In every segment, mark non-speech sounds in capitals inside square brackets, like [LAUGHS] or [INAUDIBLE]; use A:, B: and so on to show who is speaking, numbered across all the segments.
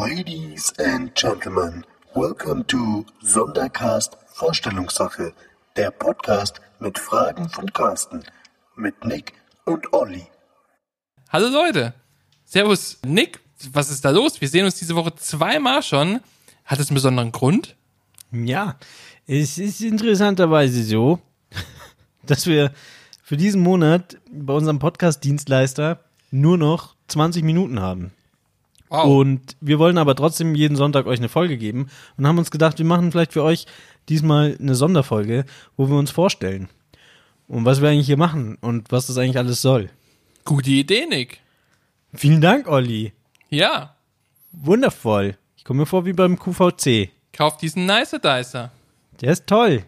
A: Ladies and Gentlemen, welcome to Sondercast Vorstellungssache, der Podcast mit Fragen von Carsten, mit Nick und Olli.
B: Hallo Leute. Servus Nick, was ist da los? Wir sehen uns diese Woche zweimal schon. Hat es einen besonderen Grund?
C: Ja, es ist interessanterweise so, [LAUGHS] dass wir für diesen Monat bei unserem Podcast-Dienstleister nur noch 20 Minuten haben. Und wir wollen aber trotzdem jeden Sonntag euch eine Folge geben und haben uns gedacht, wir machen vielleicht für euch diesmal eine Sonderfolge, wo wir uns vorstellen. Und was wir eigentlich hier machen und was das eigentlich alles soll.
B: Gute Idee, Nick.
C: Vielen Dank, Olli.
B: Ja,
C: Wundervoll. Ich komme mir vor wie beim QVC.
B: kauf diesen Nicer Dicer.
C: Der ist toll.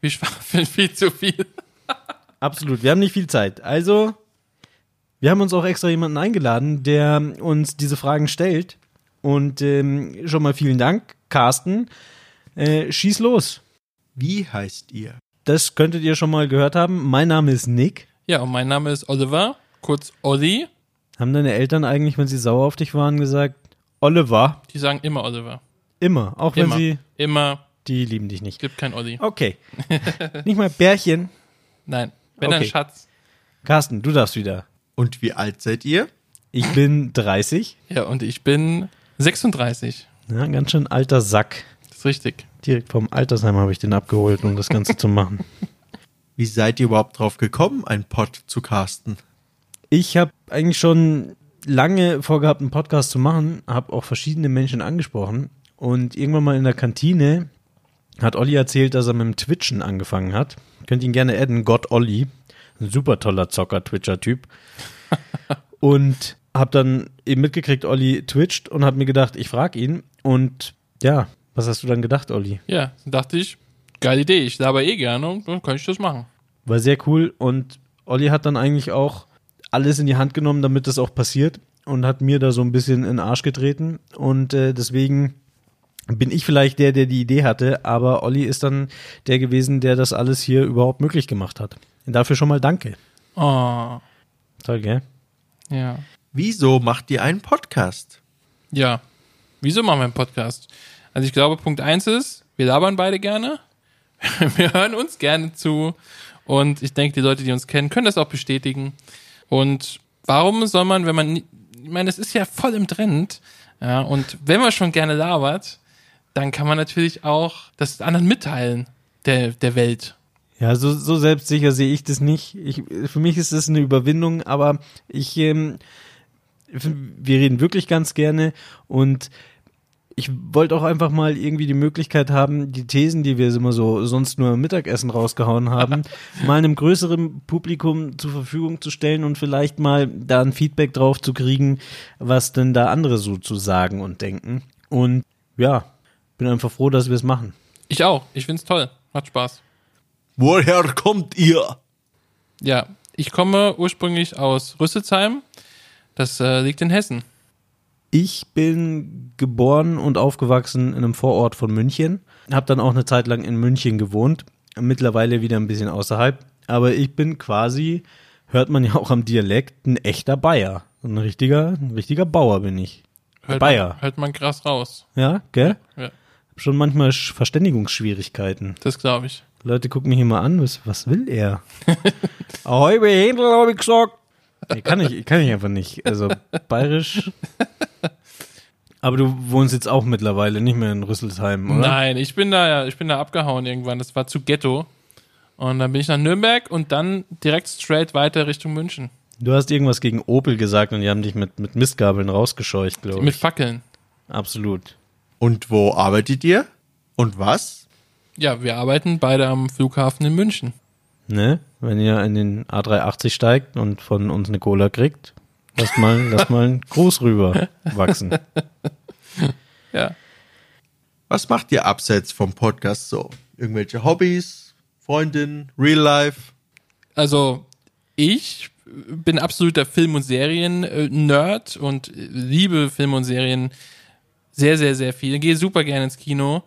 B: Wir [LAUGHS] schwafeln viel zu viel.
C: Absolut, wir haben nicht viel Zeit. Also, wir haben uns auch extra jemanden eingeladen, der uns diese Fragen stellt. Und ähm, schon mal vielen Dank, Carsten. Äh, schieß los.
D: Wie heißt ihr?
C: Das könntet ihr schon mal gehört haben. Mein Name ist Nick.
B: Ja, und mein Name ist Oliver, kurz Olli.
C: Haben deine Eltern eigentlich, wenn sie sauer auf dich waren, gesagt, Oliver?
B: Die sagen immer Oliver.
C: Immer, auch wenn
B: Immer.
C: sie,
B: Immer.
C: die lieben dich nicht.
B: Gibt kein Olli.
C: Okay. [LAUGHS] nicht mal Bärchen.
B: Nein. Wenn ein
C: Okay.
B: Schatz.
C: Carsten, du darfst wieder.
D: Und wie alt seid ihr?
C: Ich bin 30.
B: Ja, und ich bin 36.
C: Ja, ganz schön alter Sack.
B: Das ist richtig.
C: Direkt vom Altersheim habe ich den abgeholt, um das Ganze zu machen.
D: Wie seid ihr überhaupt drauf gekommen, einen Pod zu casten?
C: [LAUGHS] Ich habe eigentlich schon lange vorgehabt, einen Podcast zu machen, habe auch verschiedene Menschen angesprochen und irgendwann mal in der Kantine hat Olli erzählt, dass er mit dem Twitchen angefangen hat. Könnt ihn gerne adden, Gott Olli. Ein super toller Zocker, [LAUGHS] Twitcher-Typ. und habe dann eben mitgekriegt, Olli twitcht und habe mir gedacht, ich frage ihn. Und ja, was hast du dann gedacht, Olli?
B: Ja, dann dachte ich, geile Idee. Ich laber eh gerne und dann kann ich das machen.
C: War sehr cool und Olli hat dann eigentlich auch alles in die Hand genommen, damit das auch passiert und hat mir da so ein bisschen in den Arsch getreten und äh, deswegen bin ich vielleicht der, der die Idee hatte, aber Olli ist dann der gewesen, der das alles hier überhaupt möglich gemacht hat. Dafür schon mal danke. Ah.
B: Oh,
C: Toll, gell?
B: ja.
D: Wieso macht ihr einen Podcast?
B: Ja. Wieso machen wir einen Podcast? Also ich glaube, Punkt eins ist, wir labern beide gerne. [LAUGHS] Wir hören uns gerne zu. Und ich denke, die Leute, die uns kennen, können das auch bestätigen. Und warum soll man, wenn man, nie- ich meine, es ist ja voll im Trend. Ja, und wenn man schon gerne labert, dann kann man natürlich auch das anderen mitteilen der, der Welt.
C: Ja, so, so selbstsicher sehe ich das nicht. Ich, für mich ist das eine Überwindung, aber ich, ähm, f- wir reden wirklich ganz gerne und ich wollte auch einfach mal irgendwie die Möglichkeit haben, die Thesen, die wir immer so sonst nur am Mittagessen rausgehauen haben, mal einem größeren Publikum zur Verfügung zu stellen und vielleicht mal da ein Feedback drauf zu kriegen, was denn da andere so zu sagen und denken. Und ja, bin einfach froh, dass wir es machen.
B: Ich auch. Ich find's toll. Macht Spaß.
D: Woher kommt ihr?
B: Ja, ich komme ursprünglich aus Rüsselsheim. Das äh, liegt in Hessen.
C: Ich bin geboren und aufgewachsen in einem Vorort von München, habe dann auch eine Zeit lang in München gewohnt, mittlerweile wieder ein bisschen außerhalb, aber ich bin quasi, hört man ja auch am Dialekt, ein echter Bayer, ein richtiger, ein richtiger Bauer bin ich.
B: Hört
C: Bayer.
B: Man, hört man krass raus.
C: Ja, gell?
B: Ja,
C: Schon manchmal Sch- Verständigungsschwierigkeiten.
B: das glaube ich.
C: Leute gucken mich immer an, was, was will er? Ahoi, be Händel, habe ich gesagt. Nee, kann ich, kann ich einfach nicht. Also bayerisch. Aber du wohnst jetzt auch mittlerweile nicht mehr in Rüsselsheim, oder?
B: Nein, ich bin da ja, ich bin da abgehauen irgendwann. Das war zu Ghetto. Und dann bin ich nach Nürnberg und dann direkt straight weiter Richtung München.
C: Du hast irgendwas gegen Opel gesagt und die haben dich mit, mit Mistgabeln rausgescheucht, glaube
B: Mit
C: ich.
B: Fackeln.
C: Absolut.
D: Und wo arbeitet ihr? Und was?
B: Ja, wir arbeiten beide am Flughafen in München.
C: Ne? Wenn ihr in den A380 steigt und von uns eine Cola kriegt, lasst mal, lasst mal einen Gruß rüber wachsen.
B: Ja.
D: Was macht ihr abseits vom Podcast so? Irgendwelche Hobbys? Freundin? Real Life?
B: Also, ich bin absoluter Film- und Serien-Nerd und liebe Film und Serien sehr, sehr, sehr viel. Gehe super gerne ins Kino.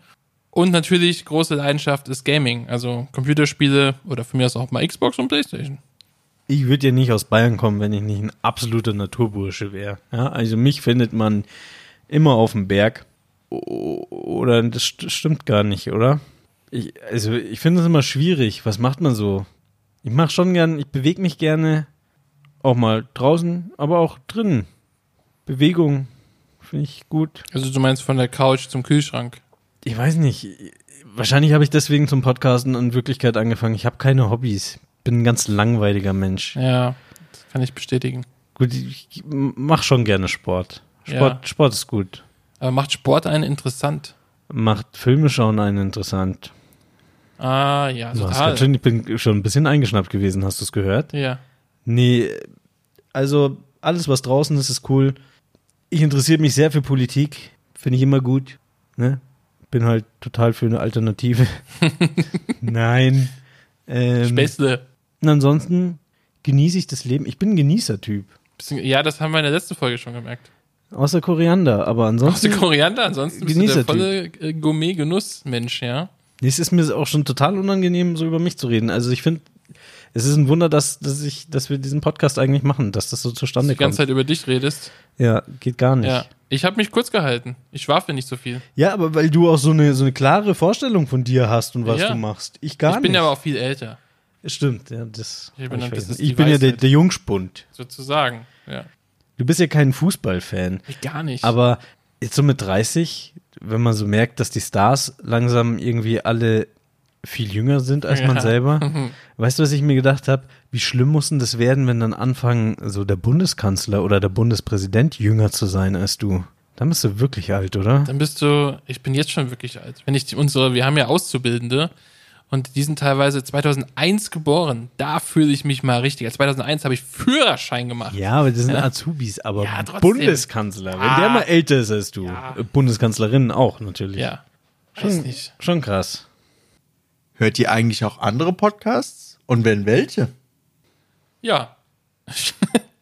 B: Und natürlich große Leidenschaft ist Gaming. Also Computerspiele oder von mir aus auch mal Xbox und Playstation.
C: Ich würde ja nicht aus Bayern kommen, wenn ich nicht ein absoluter Naturbursche wäre. Ja, also mich findet man immer auf dem Berg. O- Oder das st- stimmt gar nicht, oder? Ich, also ich finde es immer schwierig. Was macht man so? Ich mache schon gern, ich bewege mich gerne auch mal draußen, aber auch drinnen. Bewegung finde ich gut.
B: Also du meinst von der Couch zum Kühlschrank.
C: Ich weiß nicht. Wahrscheinlich habe ich deswegen zum Podcasten in Wirklichkeit angefangen. Ich habe keine Hobbys. Bin ein ganz langweiliger Mensch.
B: Ja, das kann ich bestätigen.
C: Gut, ich mache schon gerne Sport. Sport,
B: Ja.
C: Sport ist gut.
B: Aber macht Sport einen interessant?
C: Macht Filme schauen einen interessant.
B: Ah, ja,
C: Du hast grad
B: total.
C: schon, ich bin schon ein bisschen eingeschnappt gewesen, hast du es gehört?
B: Ja.
C: Nee, also alles, was draußen ist, ist cool. Ich interessiere mich sehr für Politik, finde ich immer gut. Ne? Bin halt total für
B: [LAUGHS]
C: eine Alternative. Nein. Ähm,
B: Späßle.
C: und ansonsten genieße ich das Leben. Ich bin ein Genießertyp.
B: Bisschen- Ja, das haben wir in der letzten Folge schon gemerkt.
C: Außer Koriander, aber
B: Brauchst du
C: ansonsten.
B: Koriander? Ansonsten bist du der
C: Genießertyp.
B: volle äh, Gourmet-Genuss-Mensch, ja?
C: Nee, es ist mir auch schon total unangenehm, so über mich zu reden. Also ich finde, es ist ein Wunder, dass, dass, ich, dass wir diesen Podcast eigentlich machen, dass das so
B: Dass du
C: zustande
B: die ganze
C: kommt.
B: Zeit über dich redest.
C: Ja, geht gar nicht.
B: Ja. Ich habe mich kurz gehalten. Ich schwafel nicht so viel.
C: Ja, aber weil du auch so eine, so eine klare Vorstellung von dir hast und was
B: Ja.
C: du machst. Ich gar
B: ich bin
C: nicht.
B: ja aber auch viel älter,
C: Stimmt, ja, das.
B: Ich bin
C: hab
B: dann- das
C: vergessen.
B: ist die
C: ich bin ja der,
B: Weisheit.
C: der Jungspund.
B: sozusagen. Ja.
C: Du bist ja kein Fußballfan.
B: Ich gar nicht.
C: Aber jetzt so mit 30, wenn man so merkt, dass die Stars langsam irgendwie alle viel jünger sind als
B: Ja.
C: man
B: [LAUGHS] Mhm.
C: selber. Weißt du, was ich mir gedacht habe? Wie schlimm muss denn das werden, wenn dann anfangen, so der Bundeskanzler oder der Bundespräsident jünger zu sein als du? Dann bist du wirklich alt, oder?
B: Dann bist du, ich bin jetzt schon wirklich alt. Wenn ich die, unsere, wir haben ja Auszubildende und die sind teilweise 2001 geboren. Da fühle ich mich mal richtig. Als 2001 habe ich Führerschein gemacht.
C: Ja, aber das sind Azubis, aber
B: Ja, trotzdem.
C: Bundeskanzler, wenn der
B: Ah.
C: mal älter ist als du.
B: Ja.
C: Äh, Bundeskanzlerin auch natürlich.
B: Ja. Weiß
C: schon,
B: nicht.
C: schon krass.
D: Hört ihr eigentlich auch andere Podcasts? Und wenn welche?
B: Ja. [LAUGHS]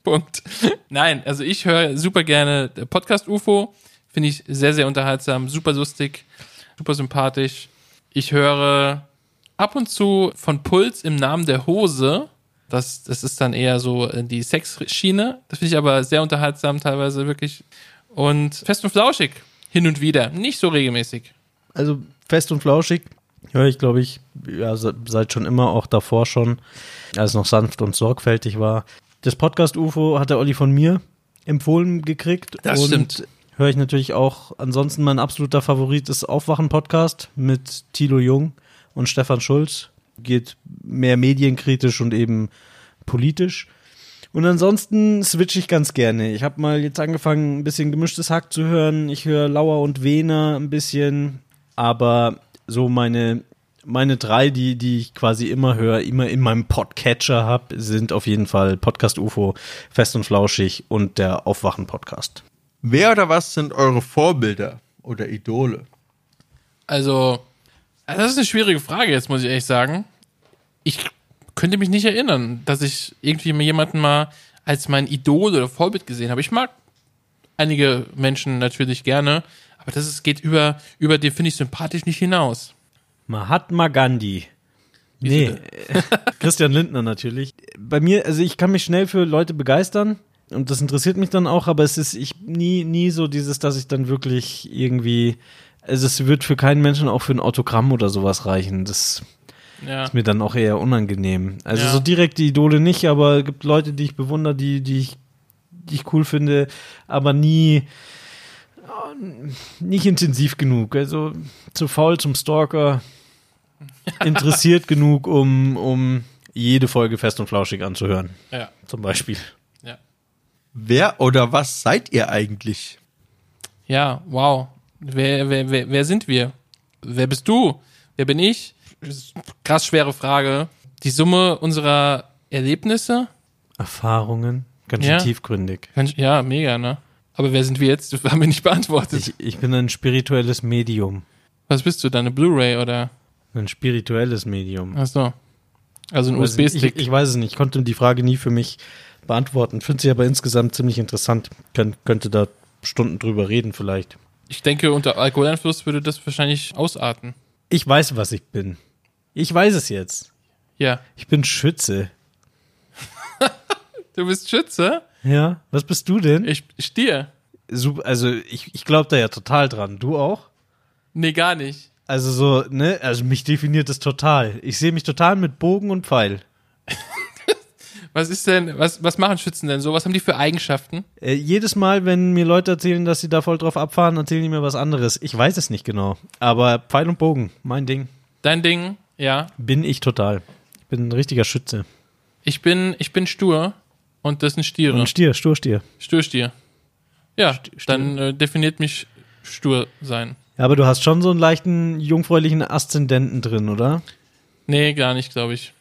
B: Punkt. Nein, also ich höre super gerne Podcast UFO. Finde ich sehr, sehr unterhaltsam, super lustig, super sympathisch. Ich höre ab und zu von Puls im Namen der Hose. Das, das ist dann eher so äh, die Sexschiene. Das finde ich aber sehr unterhaltsam teilweise wirklich. Und fest und flauschig. Hin und wieder. Nicht so regelmäßig.
C: Also fest und flauschig höre ich, glaube ich, ja, se- seit schon immer, auch davor schon, als es noch sanft und sorgfältig war. Das Podcast UFO hat der Olli von mir empfohlen gekriegt.
B: Das
C: und
B: stimmt.
C: Höre ich natürlich auch. Ansonsten mein absoluter Favorit ist Aufwachen-Podcast mit Thilo Jung und Stefan Schulz. Geht mehr medienkritisch und eben politisch. Und ansonsten switche ich ganz gerne. Ich habe mal jetzt angefangen, ein bisschen gemischtes Hack zu hören. Ich höre Lauer und Wehner ein bisschen. Aber so meine, meine drei, die, die ich quasi immer höre, immer in meinem Podcatcher habe, sind auf jeden Fall Podcast UFO, Fest und Flauschig und der Aufwachen-Podcast.
D: Wer oder was sind eure Vorbilder oder Idole?
B: Also, also, das ist eine schwierige Frage jetzt, muss ich ehrlich sagen. Ich könnte mich nicht erinnern, dass ich irgendwie mal jemanden mal als mein Idol oder Vorbild gesehen habe. Ich mag einige Menschen natürlich gerne, aber das ist, geht über, über den finde ich sympathisch nicht hinaus.
C: Mahatma Gandhi. Nee, [LAUGHS] Christian Lindner natürlich. Bei mir, also ich kann mich schnell für Leute begeistern und das interessiert mich dann auch, aber es ist ich nie nie so dieses, dass ich dann wirklich irgendwie also es wird für keinen Menschen auch für ein Autogramm oder sowas reichen. Das
B: Ja.
C: ist mir dann auch eher unangenehm. Also
B: Ja.
C: so direkt die Idole nicht, aber es gibt Leute, die ich bewundere, die die ich die ich cool finde, aber nie äh, nicht intensiv genug. Also zu faul
B: [LAUGHS]
C: zum Stalker, interessiert genug, um, um jede Folge fest und flauschig anzuhören,
B: ja,
C: zum Beispiel.
B: ja.
D: Wer oder was seid ihr eigentlich?
B: Ja, wow. Wer, wer, wer, wer sind wir? Wer bist du? Wer bin ich? Krass schwere Frage. Die Summe unserer Erlebnisse
C: Erfahrungen, ganz
B: Ja.
C: schön tiefgründig.
B: Ganz- Ja, mega, ne? Aber wer sind wir jetzt? Das haben wir nicht beantwortet.
C: Ich, ich bin ein spirituelles Medium.
B: Was bist du, deine Blu-ray oder?
C: Ein spirituelles Medium.
B: Ach so. Also ein
C: Weiß nicht, Ich,
B: USB-Stick.
C: ich weiß es nicht. Ich konnte die Frage nie für mich beantworten. Finde sie aber insgesamt ziemlich interessant. Kön könnte da Stunden drüber reden vielleicht.
B: Ich denke, unter Alkoholeinfluss würde das wahrscheinlich ausarten.
C: Ich weiß, was ich bin. Ich weiß es jetzt.
B: Ja.
C: Ich bin Schütze.
B: Du bist Schütze?
C: Ja, was bist du denn?
B: Ich Stier.
C: super, also ich, ich glaube da ja total dran. Du auch?
B: Nee, gar nicht.
C: Also so, ne? Also mich definiert das total. Ich sehe mich total mit Bogen und Pfeil.
B: Was ist denn, was, was machen Schützen denn so? Was haben die für Eigenschaften?
C: Äh, jedes Mal, wenn mir Leute erzählen, dass sie da voll drauf abfahren, erzählen die mir was anderes. Ich weiß es nicht genau. Aber Pfeil und Bogen, mein Ding.
B: Dein Ding, ja.
C: Bin ich total. Ich bin ein richtiger Schütze.
B: Ich bin, ich bin stur und das sind Stiere.
C: Und Stier, Sturstier.
B: Sturstier. Ja, dann äh, definiert mich stur sein.
C: Ja, aber du hast schon so einen leichten jungfräulichen Aszendenten drin, oder?
B: Nee, gar nicht, glaube ich.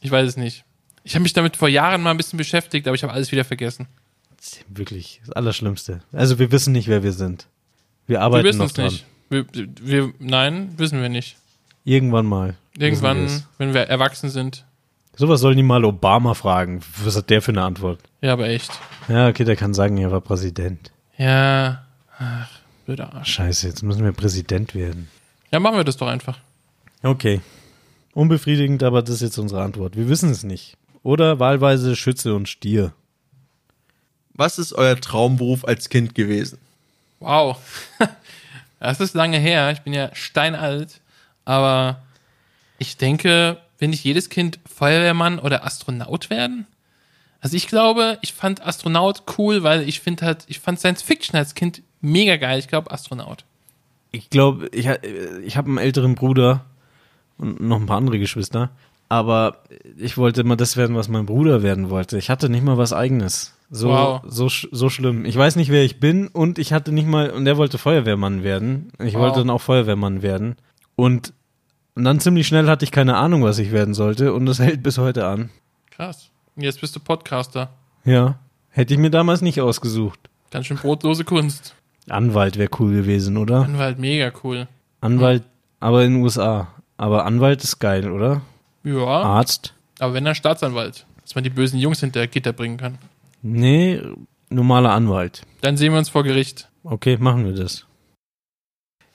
B: Ich weiß es nicht. Ich habe mich damit vor Jahren mal ein bisschen beschäftigt, aber ich habe alles wieder vergessen.
C: Das ist wirklich das Allerschlimmste. Also wir wissen nicht, wer wir sind. Wir arbeiten
B: wir wissen
C: noch
B: es
C: dran.
B: nicht. Wir, wir, nein, wissen wir nicht.
C: Irgendwann mal.
B: Irgendwann,
C: wissen
B: wenn wir erwachsen sind.
C: wir's. Sowas sollen die mal Obama fragen. Was hat der für eine Antwort?
B: Ja, aber echt.
C: Ja, okay, der kann sagen, er war Präsident.
B: Ja. Ach, blöder Arsch.
C: Scheiße, jetzt müssen wir Präsident werden.
B: Ja, machen wir das doch einfach.
C: Okay. Unbefriedigend, aber das ist jetzt unsere Antwort. Wir wissen es nicht. Oder wahlweise Schütze und Stier.
D: Was ist euer Traumberuf als Kind gewesen?
B: Wow. [LAUGHS] Das ist lange her. Ich bin ja steinalt. Aber ich denke, wenn nicht jedes Kind Feuerwehrmann oder Astronaut werden? Also ich glaube, ich fand Astronaut cool, weil ich finde halt, ich fand Science Fiction als Kind mega geil. Ich glaube Astronaut.
C: Ich glaube, ich, ha- ich habe einen älteren Bruder und noch ein paar andere Geschwister. Aber ich wollte immer das werden, was mein Bruder werden wollte. Ich hatte nicht mal was eigenes. So,
B: Wow.
C: so, sch- so schlimm. Ich weiß nicht, wer ich bin und ich hatte nicht mal, und er wollte Feuerwehrmann werden. Ich
B: Wow.
C: wollte dann auch Feuerwehrmann werden. Und, und dann ziemlich schnell hatte ich keine Ahnung, was ich werden sollte und das hält bis heute an.
B: Krass. Und jetzt bist du Podcaster.
C: Ja, hätte ich mir damals nicht ausgesucht.
B: Ganz schön brotlose Kunst.
C: Anwalt wäre cool gewesen, oder?
B: Anwalt, mega cool.
C: Anwalt, aber in den USA. Aber Anwalt ist geil, oder?
B: Ja,
C: Arzt?
B: aber wenn dann Staatsanwalt, dass man die bösen Jungs hinter Gitter bringen kann.
C: Nee, normaler Anwalt.
B: Dann sehen wir uns vor Gericht.
C: Okay, machen wir das.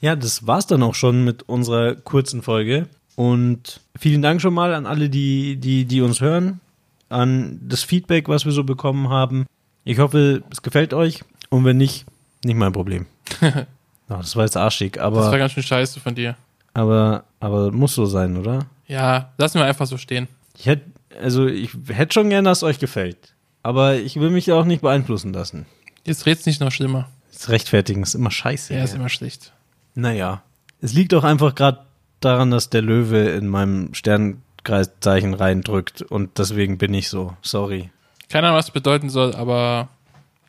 C: Ja, das war's dann auch schon mit unserer kurzen Folge. Und vielen Dank schon mal an alle, die, die, die uns hören, an das Feedback, was wir so bekommen haben. Ich hoffe, es gefällt euch. Und wenn nicht, nicht
B: [LAUGHS]
C: mein Problem. Na, das war jetzt arschig, aber.
B: Das war ganz schön scheiße von dir.
C: Aber, aber muss so sein, oder?
B: Ja, lassen wir einfach so stehen.
C: Ich hätte, also ich hätte schon gern, dass es euch gefällt. Aber ich will mich auch nicht beeinflussen lassen.
B: Jetzt red's nicht noch schlimmer.
C: Das Rechtfertigen ist immer scheiße.
B: Er ist immer schlecht.
C: naja. Es liegt auch einfach gerade daran, dass der Löwe in meinem Sternkreiszeichen reindrückt und deswegen bin ich so. Sorry.
B: Keine Ahnung, was das bedeuten soll, aber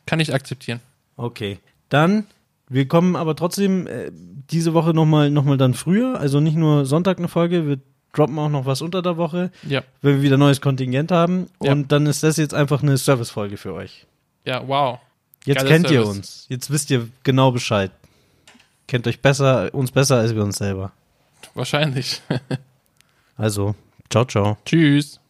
B: kann ich akzeptieren.
C: Okay. Dann, wir kommen aber trotzdem äh, diese Woche nochmal noch mal dann früher. Also nicht nur Sonntag eine Folge, wir droppen auch noch was unter der Woche.
B: Ja.
C: wenn wir wieder neues Kontingent haben.
B: Ja.
C: Und dann ist das jetzt einfach eine Servicefolge für euch.
B: Ja, wow.
C: Jetzt
B: Geiler
C: kennt ihr
B: Service.
C: uns. Jetzt wisst ihr genau Bescheid. Kennt euch besser, uns besser als wir uns selber.
B: Wahrscheinlich. [LAUGHS]
C: Also, ciao, ciao.
B: Tschüss.